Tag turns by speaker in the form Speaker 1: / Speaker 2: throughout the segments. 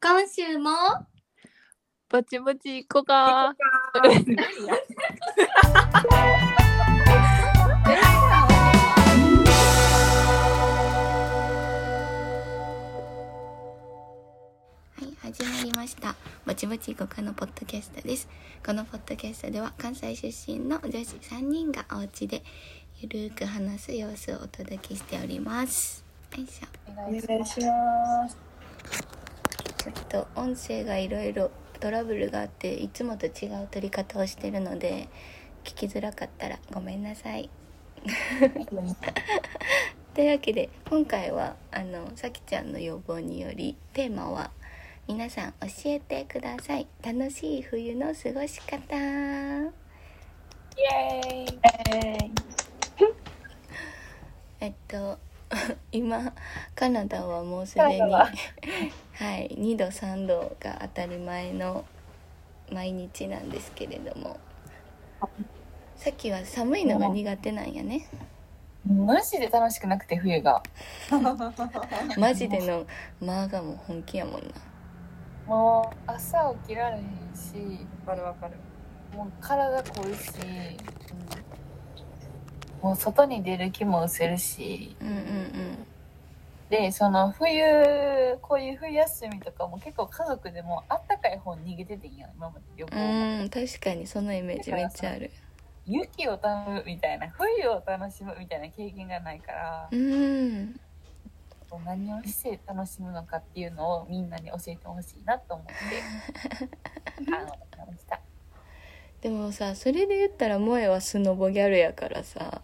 Speaker 1: 今週も
Speaker 2: ぼちぼち行こうか。
Speaker 3: はい、始まりました。ぼちぼちごかのポッドキャストです。このポッドキャストでは関西出身の女子3人がお家でゆるーく話す様子をお届けしております。よいしょ。
Speaker 4: お願いします。
Speaker 3: ちょっと音声がいろいろトラブルがあって、いつもと違う撮り方をしてるので、聞きづらかったらごめんなさい。というわけで今回はあのさきちゃんの要望によりテーマは「皆さん教えてください楽しい冬の過ごし方」
Speaker 4: イエーイ。
Speaker 3: えっと 今カナダはもうすでに
Speaker 4: カナダ
Speaker 3: は
Speaker 4: はい
Speaker 3: 2度3度が当たり前の毎日なんですけれどもさっきは寒いのが苦手なんやね
Speaker 4: マジで楽しくなくて冬が。
Speaker 3: マジでの「間がもう本気やもんな
Speaker 4: もう朝起きられへんし、
Speaker 5: わかるわかる。
Speaker 4: もう体凝るし、もう外に出る気も失せるし、
Speaker 3: うんうんうん
Speaker 4: でその冬こういう冬休みとかも結構家族でもあったかい方に逃げててんや今まで旅
Speaker 3: う
Speaker 4: 行。
Speaker 3: ーん確かにそのイメージめっちゃある
Speaker 4: 雪を楽しむみたいな冬を楽しむみたいな経験がないから
Speaker 3: う、ーん
Speaker 4: 何をして楽しむのかっていうのをみんなに教えてほしいな と思ってあのやりました。
Speaker 3: でもさそれで言ったら萌えはスノボギャルやからさ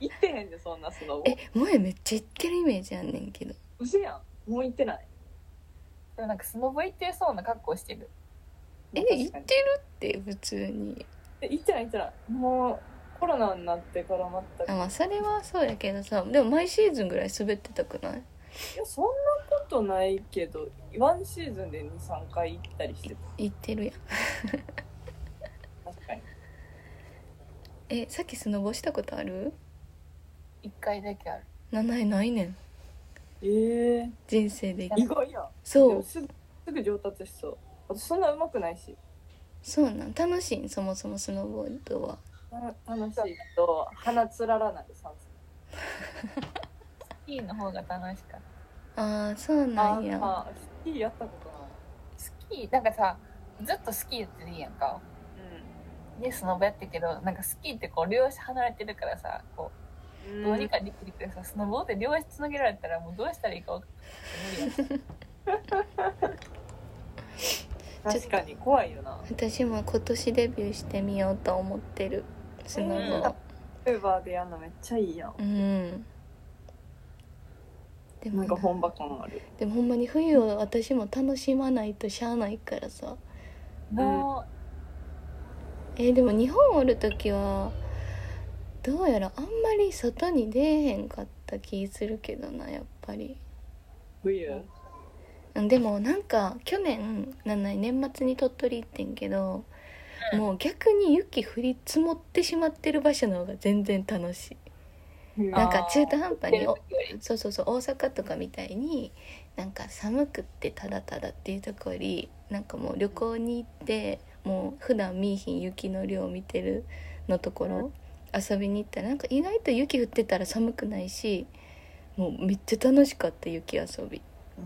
Speaker 5: 行ってへんで、そんなスノボ
Speaker 3: え。萌えめっちゃ行ってるイメージあんねんけど
Speaker 5: 嘘やん。もう行ってない。
Speaker 4: でもなんかスノボ行ってそうな格好してる。
Speaker 3: え
Speaker 5: 確かに
Speaker 3: 行ってるって普通に
Speaker 5: え行ってない行ってない。もうコロナになってから全く。
Speaker 3: あまあそれはそうやけどさでも毎シーズンぐらい滑ってたくない
Speaker 5: いや、そんなことないけど、ワンシーズンで2、3回行ったりして
Speaker 3: 行ってるやん
Speaker 5: た。確かに。
Speaker 3: えさっきスノボしたことある
Speaker 4: 一回だけある。
Speaker 3: なないないねん
Speaker 5: ええ
Speaker 3: 人生で
Speaker 5: 意外やん。で
Speaker 3: そ
Speaker 5: も
Speaker 3: う
Speaker 5: すぐすぐ上達しそう。私そんな上手くないし。
Speaker 3: そうなん楽しいんそもそもスノボードは
Speaker 5: た楽しいと鼻つららないさ
Speaker 4: スキーの方が楽しかった。
Speaker 3: ああそうなんや
Speaker 5: ああスキーやったこと
Speaker 4: スキーなんかさずっとスキーやってるやんか。
Speaker 5: ない。
Speaker 4: でスノボやってるけどなんかスキーってこう両足離れてるからさこ
Speaker 5: う。
Speaker 4: うんどうにかできるけどさ、スノボで両足つなげられたらもうどうしたらいいか分かんない。無理やん
Speaker 5: 確かに怖いよな。
Speaker 3: 私も今年デビューしてみようと思ってるスノボ
Speaker 5: ウーバーでやるのめっちゃいいやん。
Speaker 3: うんでも
Speaker 5: なんか
Speaker 3: な
Speaker 5: 本場感ある。
Speaker 3: でもほんまに冬を私も楽しまないとしゃあないからさ
Speaker 4: も
Speaker 3: えーでも日本おる時はどうやらあんまり外に出えへんかった気するけどなやっぱり
Speaker 5: 冬。
Speaker 3: うんでもなんか去年なんない年末に鳥取行ってんけど、
Speaker 4: うん
Speaker 3: もう逆に雪降り積もってしまってる場所の方が全然楽しいなんか中途半端におそうそうそう大阪とかみたいになんか寒くってただただっていうとこよりなんかもう旅行に行ってもう普段見いひん雪の量を見てるのところ遊びに行ったらなんか意外と雪降ってたら寒くないしもうめっちゃ楽しかった雪遊び
Speaker 5: う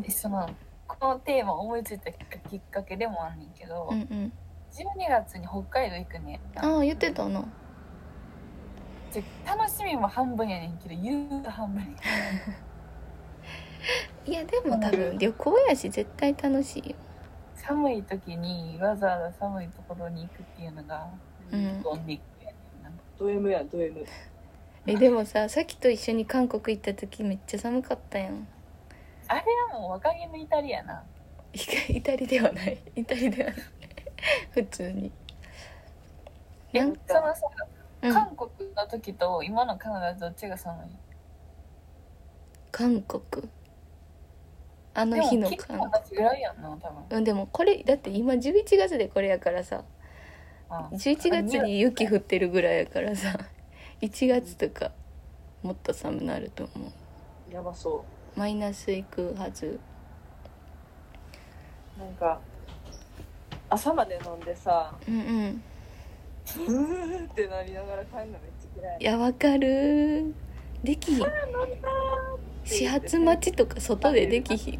Speaker 5: ん。
Speaker 4: でそのこのテーマを思いついたきっかけでもあんねんけど、
Speaker 3: うんうん
Speaker 4: 12月に北海道行くねん
Speaker 3: ああ言ってたな
Speaker 4: じゃ楽しみも半分やねんけど言うと半分やねん
Speaker 3: いやでも多分旅行やし絶対楽しいよ
Speaker 4: 寒い時にわざわざ寒いところに行くっていうのが
Speaker 3: うん
Speaker 4: 飛んでいくやねんな
Speaker 5: ド M やド M。
Speaker 3: えでもささっきと一緒に韓国行った時めっちゃ寒かったやん
Speaker 4: あれはもう若気の至りやない
Speaker 3: か イタリではないイタリではない普通に
Speaker 4: え
Speaker 3: な
Speaker 4: そ
Speaker 3: ん
Speaker 4: のさ、
Speaker 3: うん
Speaker 4: 韓国の時と今のカナダどっちが寒い
Speaker 3: 韓国あ
Speaker 4: で
Speaker 3: の
Speaker 4: も
Speaker 3: 日の
Speaker 4: 結
Speaker 3: 韓
Speaker 4: 構
Speaker 3: 国
Speaker 4: 同じぐらいやんな多分
Speaker 3: うんでもこれだって今11月でこれやからさ
Speaker 4: あ
Speaker 3: 11月に雪降ってるぐらいやからさ1月とかもっと寒なると思う
Speaker 5: やばそう。
Speaker 3: マイナスいくはず
Speaker 5: なんか朝まで飲んでさ
Speaker 3: うんうん
Speaker 5: うーってなりながら帰るのめっちゃ嫌い
Speaker 3: いやわかるできひん
Speaker 5: て
Speaker 3: 始
Speaker 5: 言って
Speaker 3: 発待ちとか外でできひん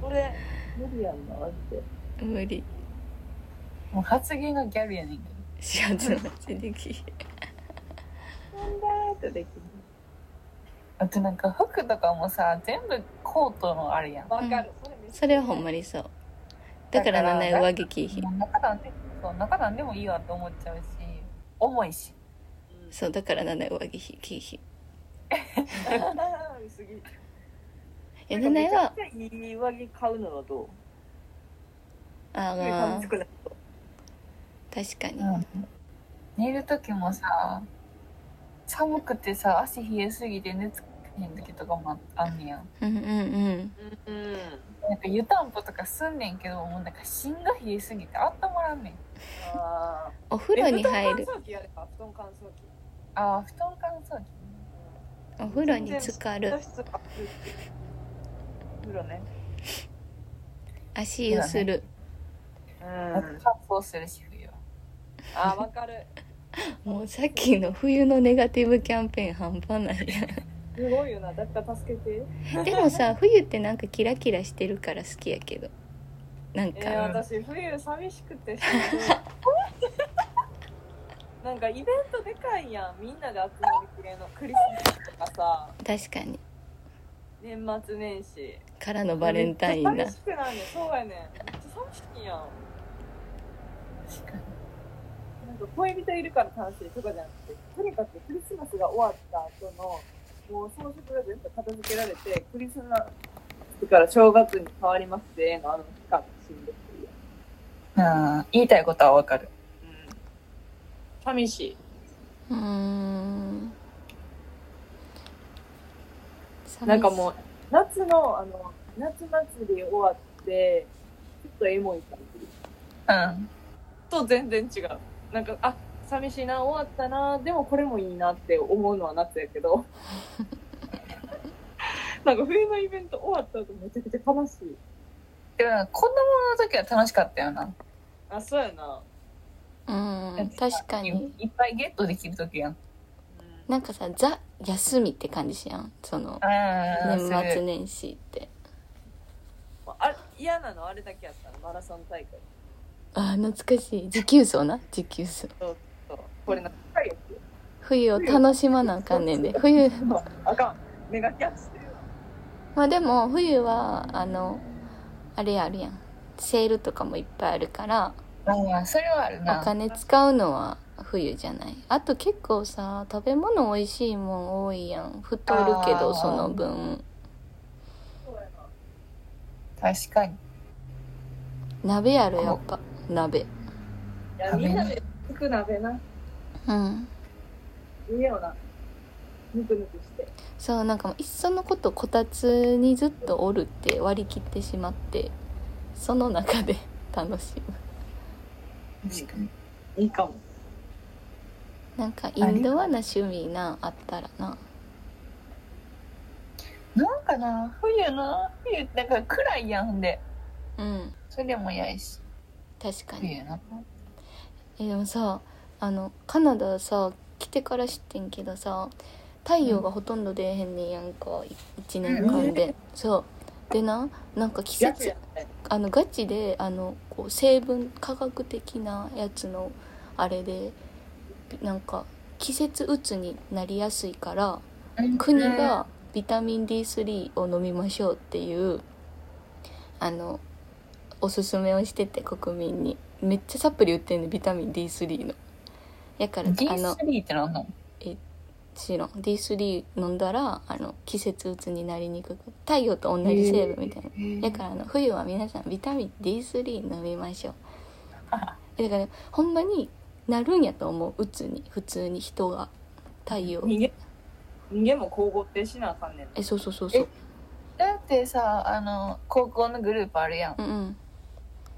Speaker 5: これ無理やんなって
Speaker 3: 無理
Speaker 4: もう発言がギャルやねんけど
Speaker 3: 始発待ちできひん
Speaker 5: なんだーってできる
Speaker 4: あとなんか服とかもさ全部コートのあるやん
Speaker 5: わかる、それめっちゃ
Speaker 3: それはほんまにそうだからなんない上着着いひん
Speaker 4: もう中なんでそう中なんでもいいわって思っちゃうし重いし
Speaker 5: うん
Speaker 3: そうだからなんない上着着いひん
Speaker 5: あー薄着
Speaker 3: えなんないは
Speaker 5: めちゃくちゃいい上着買うのはどう
Speaker 3: ああ
Speaker 5: 髪作らんと
Speaker 3: 確かに
Speaker 4: うん寝る時もさ寒くてさ足冷えすぎて寝つけへん時とかもあんねやん
Speaker 3: うんうんうん
Speaker 5: うん
Speaker 4: なんか湯たんぽとかすんねんけどもうなんか芯が冷えすぎてあったまらんねん
Speaker 5: あ
Speaker 3: お風呂に入る
Speaker 5: 布団乾燥機やれば布団乾燥機
Speaker 4: ああ布団乾燥機
Speaker 3: お風呂に浸かる
Speaker 5: 室か風呂ね
Speaker 3: 足湯する
Speaker 5: う
Speaker 4: 発泡するし冬は
Speaker 5: あわかる
Speaker 3: もうさっきの冬のネガティブキャンペーン半端 ない
Speaker 5: すごいよなだから助けて
Speaker 3: やんでもさ冬ってなんかキラキラしてるから好きやけどなん
Speaker 5: えー、
Speaker 3: か
Speaker 5: 私冬寂しくてしんどいなんかイベントでかいやんみんなが集まる系のクリスマスとかさ
Speaker 3: 確かに
Speaker 5: 年末年始
Speaker 3: からのバレンタインな
Speaker 5: めっちゃ寂しくなんねんそうやねんめっちゃ寂しいやん
Speaker 4: 確かに
Speaker 5: なんか恋人いるから楽しいとかじゃなくて、とにかくクリスマスが終わった後の、もう装飾が全部片付けられて、クリスマスから正月に変わりますってのあの期間がしんどくていいよ。
Speaker 4: うん言いたいことはわかる
Speaker 5: うん。寂しい。
Speaker 3: うーん
Speaker 5: なんかもう、夏の、あの、夏祭り終わって、ちょっとエモい感じ。
Speaker 4: うん
Speaker 5: と全然違う。なんか、あ、寂しいな、終わったな、でもこれもいいなって思うのは夏やけ ど。なんか冬のイベント終わった後めちゃくちゃ悲しい。
Speaker 4: でもなんか子供の時は楽しかったよな
Speaker 5: あ、そうやな。
Speaker 3: うん確かに
Speaker 4: いっぱいゲットできる時やん
Speaker 5: うん
Speaker 3: なんかさザ休みって感じしやんその
Speaker 4: ああ
Speaker 3: 年末年始って
Speaker 5: あ嫌なのあれだけやったの、マラソン大会。
Speaker 3: あー懐かしい持久走な持久走
Speaker 5: そうこれな、高いやつ。
Speaker 3: 冬を楽しまなあかんねんで冬
Speaker 5: あかん。目がキャッチしてるわ。
Speaker 3: まあでも冬はあのあれあるやんセールとかもいっぱいあるから
Speaker 4: ああそれはあるな
Speaker 3: お金使うのは冬じゃないあと結構さ食べ物美味しいもん多いやん太るけ
Speaker 4: あー
Speaker 3: どその分
Speaker 5: そうやな。
Speaker 4: 確かに
Speaker 3: 鍋やろやっぱ鍋
Speaker 5: いや、
Speaker 4: 食べ
Speaker 5: みんなで肉鍋な。
Speaker 3: うん
Speaker 5: いいよな。ぬくぬくして。
Speaker 3: そうなんかもういっそのことこたつにずっとおるって割り切ってしまってその中で 楽しむ
Speaker 4: 確かに
Speaker 5: いいかも。
Speaker 3: なんかインドアな趣味なあったらな
Speaker 4: なんかな冬な冬だから暗いやんほんで
Speaker 3: うん
Speaker 4: それでも嫌やし
Speaker 3: 確かに
Speaker 4: 冬な
Speaker 3: えでもさあのカナダさ来てから知ってんけどさ太陽がほとんど出えへんねんやんか1年間で、そうでななんか季
Speaker 5: やつ
Speaker 3: 節
Speaker 5: やね。
Speaker 3: あのガチであのこう成分科学的なやつのあれでなんか季節うつになりやすいから国がビタミン D3 を飲みましょうっていうあのおすすめをしてて国民にめっちゃサプリ売ってんねビタミン D3 のやからあの
Speaker 4: D3 ってなんなの
Speaker 3: 知らん D3 飲んだらあの季節うつになりにくく太陽と同じ成分みたいなだからあの冬は皆さんビタミン D3 飲みましょうえだから、ほんまになるんやと思ううつに普通に人が太陽
Speaker 5: 逃げ、逃げも交互ってしなあかんねん。
Speaker 3: えそうそうそうそう
Speaker 4: だってさあの高校のグループあるやん
Speaker 3: うんうん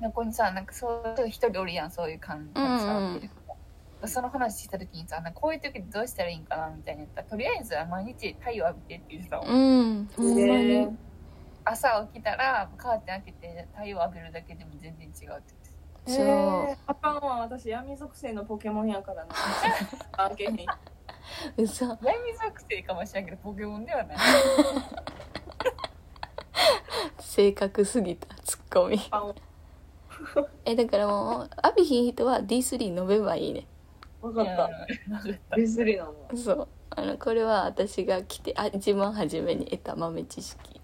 Speaker 4: そこにさなんかそういう人一人おるやんそういう感じ
Speaker 3: うんうん
Speaker 4: さその話した時にさなんかこういう時どうしたらいいんかなみたいなやったらとりあえず毎日太陽浴びてっていうさ、
Speaker 3: うんほんまに
Speaker 5: ね
Speaker 4: 朝起きたらカーテン開けて太陽浴びるだけでも全然違うって言ってた
Speaker 3: そう
Speaker 5: えーあかんわ私闇属性のポケモンや からな関係に
Speaker 3: 嘘
Speaker 4: 闇属性かもしれんけどポケモンではない
Speaker 3: 正確すぎたツッコミ
Speaker 5: パンを
Speaker 3: えだからもうアビヒン人は D3 飲めばいいね
Speaker 5: 分かった
Speaker 4: うんわかった
Speaker 5: ディスリなの
Speaker 3: そうあのこれは私が来てあ一番初めに得た豆知識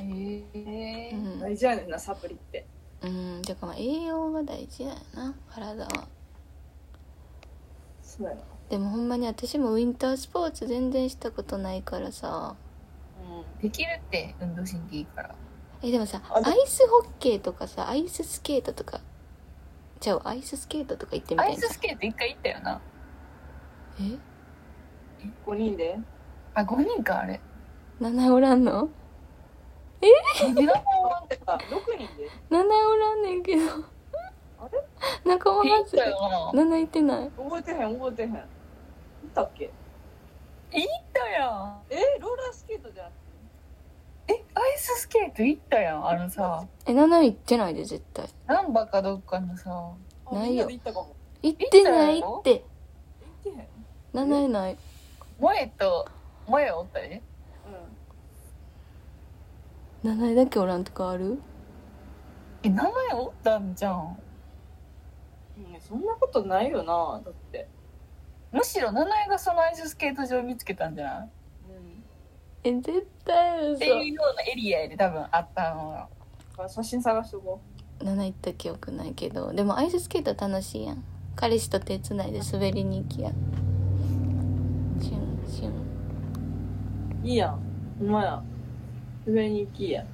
Speaker 4: へえ
Speaker 3: うん
Speaker 5: 大事やねんなサプリって
Speaker 3: うんてかまあ栄養が大事だよな体は
Speaker 5: そうやな
Speaker 3: でもほんまに私もウィンタースポーツ全然したことないからさ
Speaker 5: うん
Speaker 4: できるって運動神経いいから
Speaker 3: えでもさ
Speaker 5: あで
Speaker 3: アイスホッケーとかさアイススケートとかじゃあアイススケートとか行ってみ
Speaker 4: ア
Speaker 3: た
Speaker 4: イ
Speaker 3: いな
Speaker 4: ススケート一回行ったよな
Speaker 3: え
Speaker 5: 5人で
Speaker 4: あ五人かあれ
Speaker 3: 七おらんの
Speaker 4: でな
Speaker 5: あ6人で
Speaker 3: 七おらんねんけど
Speaker 5: あれ
Speaker 3: 仲間
Speaker 4: 行っ
Speaker 3: 外
Speaker 4: た
Speaker 3: れ
Speaker 4: よな
Speaker 3: 七行ってない
Speaker 5: 覚えてへん覚えてへん見たっけ
Speaker 4: 行ったよ
Speaker 5: えローラースケートじゃなくて
Speaker 4: えアイススケート行ったやんあのさ
Speaker 3: え七行ってないで絶対
Speaker 4: 難波かどっかのさ
Speaker 5: あ
Speaker 3: ないよ
Speaker 5: みんなで行ったかも
Speaker 3: 行ってない
Speaker 4: 行
Speaker 3: っ
Speaker 4: って
Speaker 5: 行ってへん
Speaker 3: 七いない
Speaker 4: 萌えと萌えおったで
Speaker 3: 七いだけおらんとかある
Speaker 4: え名前おったんじゃん
Speaker 5: うん、うん、そんなことないよなだって
Speaker 4: むしろ名前がそのアイススケート場見つけたんじゃない
Speaker 5: うん
Speaker 3: え絶対
Speaker 4: っていう
Speaker 3: 嘘
Speaker 4: ようなエリアで多分あったのよ
Speaker 5: あ写真探しとこ
Speaker 3: 七行った記憶ないけどでもアイススケートは楽しいやん彼氏と手つないで滑りに行きやシュンシュン
Speaker 5: ういいやんほんまや上に行きや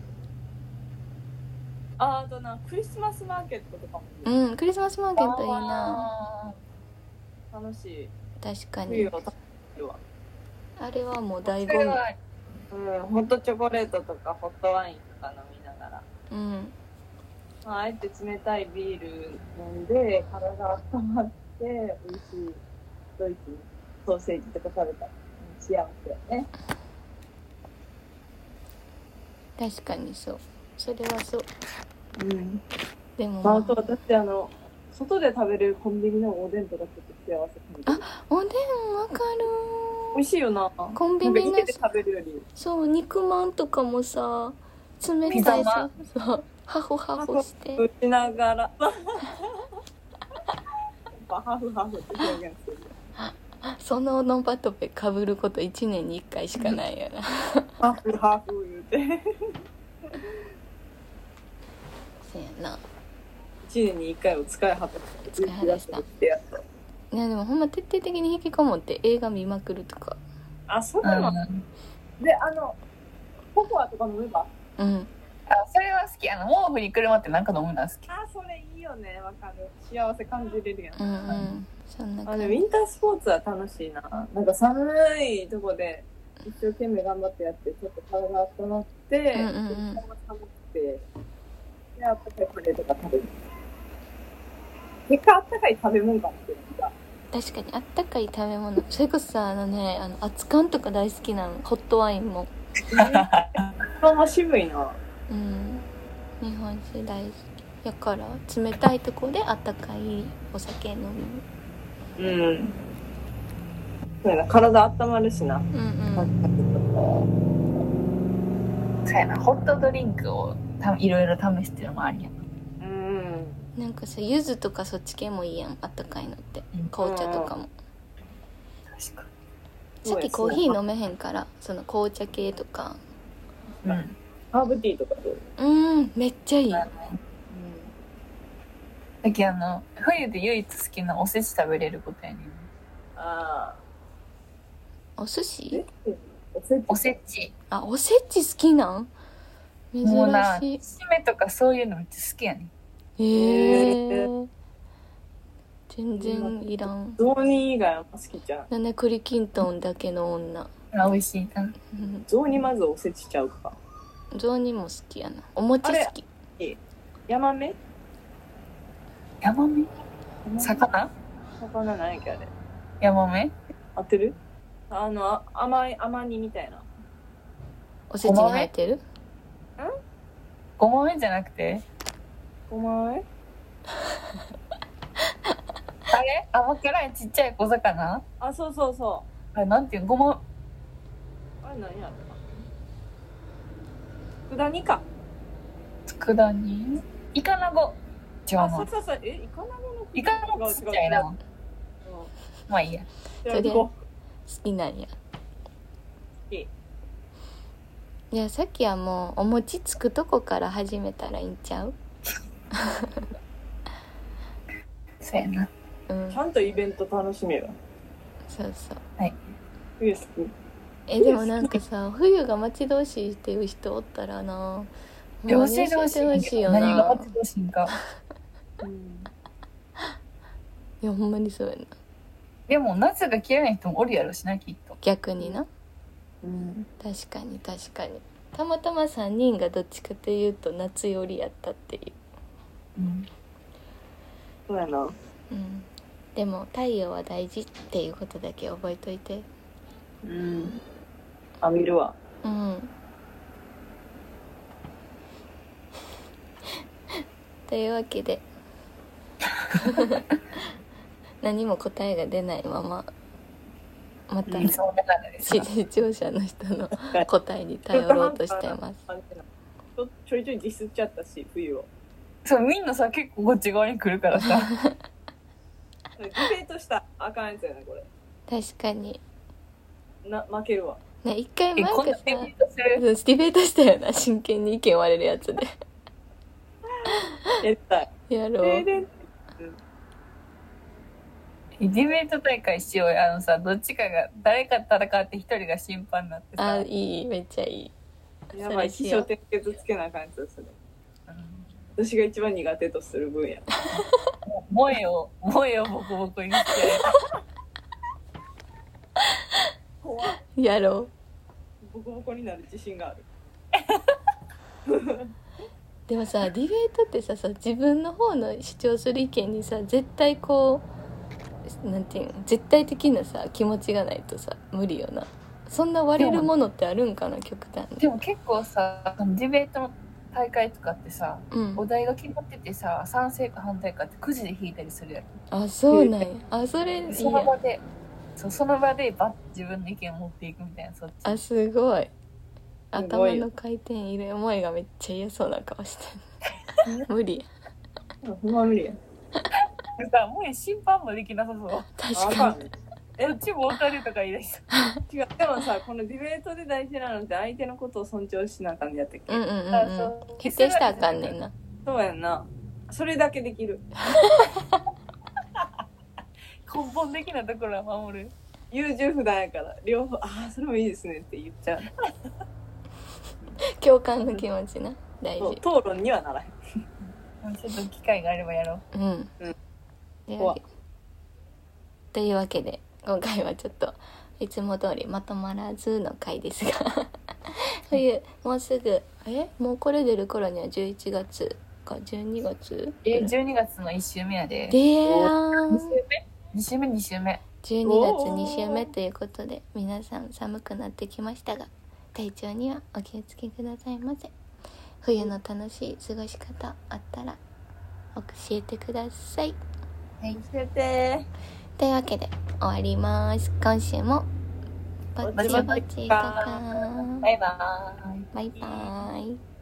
Speaker 5: ああとなクリスマスマーケットとかもいいよ
Speaker 3: うんクリスマスマーケットいいな
Speaker 5: 楽しい
Speaker 3: 確かに
Speaker 5: 冬は楽しいわ
Speaker 3: あれはもう
Speaker 4: あ
Speaker 3: 醍
Speaker 4: ーそ
Speaker 3: 醐
Speaker 4: れ
Speaker 3: 味
Speaker 4: は
Speaker 5: うんホットチョコレートとかホットワインとか飲みながら
Speaker 3: うん
Speaker 5: まあ、あえて冷たいビール飲んで、体が温まって、美味しいドイツのソーセージとか食べたら、うん幸せやね。
Speaker 3: 確かにそうそれはそう
Speaker 5: うん。
Speaker 3: でも、
Speaker 5: まあ、
Speaker 3: ま
Speaker 5: あと
Speaker 3: あ、
Speaker 5: 私、あの、外で食べるコンビニのおでんとかちょっと幸せかも。
Speaker 3: おでんわか
Speaker 5: 美
Speaker 3: る
Speaker 5: 味しいよな。コ
Speaker 3: コンビニの
Speaker 5: 家で食べるより、
Speaker 3: そう肉まんとかもさ冷
Speaker 4: ピ
Speaker 3: た
Speaker 4: ザ
Speaker 3: い
Speaker 4: ま
Speaker 3: さそうハホハホして
Speaker 5: 打ちながら、やっぱハフハフって表現する。
Speaker 3: そのノンパトペかぶること1年に1回しかないよな
Speaker 5: ハフハフ言うて。
Speaker 3: そうやな
Speaker 5: 一年に一回を使い果たした。
Speaker 3: 使い果たした
Speaker 5: ってやった。
Speaker 3: いやでもほんま徹底的に引きこもって映画見まくるとか
Speaker 5: あ、そう
Speaker 4: うん
Speaker 5: なの、で、あの、ココアとか飲めば
Speaker 3: うん
Speaker 4: あそれは好きあの毛布に車ってなんか飲むのは好き
Speaker 5: あ、それいいよね、わかる。幸せ感じれるやん。
Speaker 3: うんうんそんな
Speaker 5: あ
Speaker 3: 感
Speaker 5: の、ウ
Speaker 3: じ
Speaker 5: ィンタースポーツは楽しいな。なんか寒いとこで、一生懸命頑張ってやって、ちょっと体が温まって、
Speaker 3: うんうんうん
Speaker 5: で体が寒くて、で、あったかいカレーとか食べる。結果、あったかい食べ物かもしれない。
Speaker 3: 確かにあったかい食べ物それこそさあのねあの熱燗とか大好きなのホットワインも
Speaker 5: 一番は渋いな。
Speaker 3: うん日本酒大好きやから冷たいとこであったかいお酒飲
Speaker 5: うん。そうやな、体温まるしな。
Speaker 3: むうん
Speaker 5: あ
Speaker 3: う
Speaker 5: っ
Speaker 3: ん
Speaker 5: たかいと
Speaker 4: そうやなホットドリンクをたいろいろ試してるのもありやな
Speaker 5: うん。
Speaker 3: なんかさ柚子とかそっち系もいいやんあったかいのって
Speaker 4: うん
Speaker 3: 紅茶とかも
Speaker 4: 確か
Speaker 3: さっきコーヒー飲めへんからその紅茶系とか
Speaker 4: にうん
Speaker 5: ハーブティーとかどう
Speaker 3: うんめっちゃいい
Speaker 4: さっきあの冬で唯一好きなおせち食べれることやねん
Speaker 5: ああ。
Speaker 3: お寿司
Speaker 5: おせち
Speaker 4: おせち
Speaker 3: あおせち好きなん珍
Speaker 4: もうな
Speaker 3: しい
Speaker 4: 締めとかそういうのめっちゃ好きやねん
Speaker 3: へ
Speaker 5: へ
Speaker 3: え全然いらん
Speaker 5: 雑煮以外あんま好きちゃう
Speaker 3: なんで栗きんとんだけの女
Speaker 4: あ美味しいな
Speaker 3: うん
Speaker 5: 雑煮まずおせちちゃうか
Speaker 3: 雑煮も好きやなお餅好き
Speaker 5: ヤマメ
Speaker 4: ヤマメ魚
Speaker 5: 魚なんやっけあれ
Speaker 4: ヤマメ
Speaker 5: 合ってるあのあ甘い甘煮みたいな
Speaker 3: おせちに入ってる
Speaker 4: ごまめじゃなくて
Speaker 5: お前
Speaker 4: あれ甘辛いちっちゃい小魚
Speaker 5: あそうそうそ
Speaker 4: あれなんていうごま
Speaker 5: うあれ何やった佃煮か
Speaker 4: 佃煮イカナゴ違う
Speaker 5: あ
Speaker 4: な
Speaker 5: そうそうそうえイカナゴの
Speaker 4: イカナゴちっちゃいなまあいいや
Speaker 5: うん
Speaker 3: それ
Speaker 5: じゃあ行こ
Speaker 3: 好きなんや
Speaker 5: き
Speaker 3: いやさっきはもうお餅つくとこから始めたらいいんちゃう
Speaker 4: そうやな
Speaker 3: うん
Speaker 5: うちゃんとイベント楽しみだ
Speaker 3: そうそう
Speaker 5: 冬好き
Speaker 3: えでもなんか さ冬が待ち遠しいっていう人おったらな
Speaker 4: で教えてほしい
Speaker 3: ほんま
Speaker 4: ん
Speaker 3: に教えてほいよ
Speaker 4: だけど何が
Speaker 3: な
Speaker 4: 待ち遠しいんか
Speaker 5: うん
Speaker 3: いやほんまにそうやな
Speaker 4: でも夏が嫌いな人もおるやろしなきっと
Speaker 3: 逆にな
Speaker 5: うん
Speaker 3: 確かに確かにたまたま3人がどっちかというと夏寄りやったってい
Speaker 4: うん
Speaker 5: そうやな
Speaker 3: う、うん、でも太陽は大事っていうことだけ覚えといて
Speaker 5: うんあ見るわ
Speaker 3: うん というわけ で何も答えが出ないまままた
Speaker 4: いつもだから ですな
Speaker 3: 視聴者の人の答えに頼ろうとしてます
Speaker 5: ちょちょいちょいディスっちゃったし冬を
Speaker 4: そうみんなさ結構こっち側に来るからさ
Speaker 5: ディベートしたらあかんやつやなこれ
Speaker 3: 確かに
Speaker 5: な負けるわ
Speaker 3: ね一回
Speaker 4: え
Speaker 3: マイ
Speaker 4: こん
Speaker 3: ク
Speaker 4: な
Speaker 3: さ
Speaker 4: デビュートする
Speaker 3: ディベートしたよな真剣に意見言われるやつで
Speaker 5: 絶対
Speaker 3: やろ
Speaker 5: 停
Speaker 3: う
Speaker 5: 電
Speaker 4: ディベート大会しようよあのさどっちかが誰か戦って一人が審判になって
Speaker 3: あ
Speaker 4: さ、
Speaker 3: いいめっちゃいい
Speaker 5: やばい
Speaker 3: それ
Speaker 5: 飛
Speaker 3: しよ
Speaker 5: 翔
Speaker 3: う
Speaker 5: 点結つけなあかんやつですね
Speaker 4: うん
Speaker 5: 私が一番苦手とする分野
Speaker 4: 萌えを萌えをボコボコ にして
Speaker 5: 怖っ
Speaker 3: やろう
Speaker 5: ボコボコになる自信がある
Speaker 3: でもさディベートってささ自分の方の主張する意見にさ絶対こうなんていうの絶対的なさ気持ちがないとさ無理よなそんな割れるものってあるんかな極端に
Speaker 4: でも結構さそのディベートの大会とかってさ
Speaker 3: うん
Speaker 4: お題が決まっててさ賛成か反対かってくじで引いたりするやろ
Speaker 3: あそうなんやあそれいい
Speaker 4: その
Speaker 3: や
Speaker 4: 場でそうその場でバッて自分の意見を持っていくみたいなそっち
Speaker 3: あすごい
Speaker 5: すご
Speaker 3: 頭
Speaker 5: いよ
Speaker 3: の回転いる思いがめっちゃ嫌そうな顔してる無理
Speaker 5: ほんま無理や
Speaker 4: でさ萌え審判もできなさそう
Speaker 5: あ
Speaker 3: 確
Speaker 5: か
Speaker 3: か
Speaker 5: ん
Speaker 4: えっちも分かるとか言い出した
Speaker 5: 違うでもさこのディベートで大事なのって相手のことを尊重しなあかんのやったっけ、
Speaker 3: にうんうんうん、
Speaker 4: あ
Speaker 3: う
Speaker 4: そ
Speaker 3: ん
Speaker 4: う、
Speaker 3: 否定したらあ かんねんな
Speaker 5: そうやんなそれだけできる
Speaker 4: 根本的なところは守る
Speaker 5: 優柔不断やから両方ああそれもいいですねって言っちゃう
Speaker 3: 共感の気持ちな大
Speaker 5: そう
Speaker 3: 事
Speaker 5: 討論にはならへん
Speaker 4: もうちょっと機会があればやろう
Speaker 3: うん、で
Speaker 5: 怖い
Speaker 3: というわけで今回はちょっといつも通りまとまらずの回です が冬もうすぐえもうこれ出る頃には11月か12月
Speaker 4: え12月の1週目やで
Speaker 3: でやん
Speaker 4: 2週目2週目2週目
Speaker 3: 12月
Speaker 5: おー
Speaker 3: 2週目ということで皆さん寒くなってきましたが体調にはお気をつけくださいませ冬の楽しい過ごし方あったら教えてください
Speaker 4: はい
Speaker 5: 教えて
Speaker 3: というわけで終わります今週もぼちぼちとか
Speaker 4: バイバーイ
Speaker 3: バイバーイ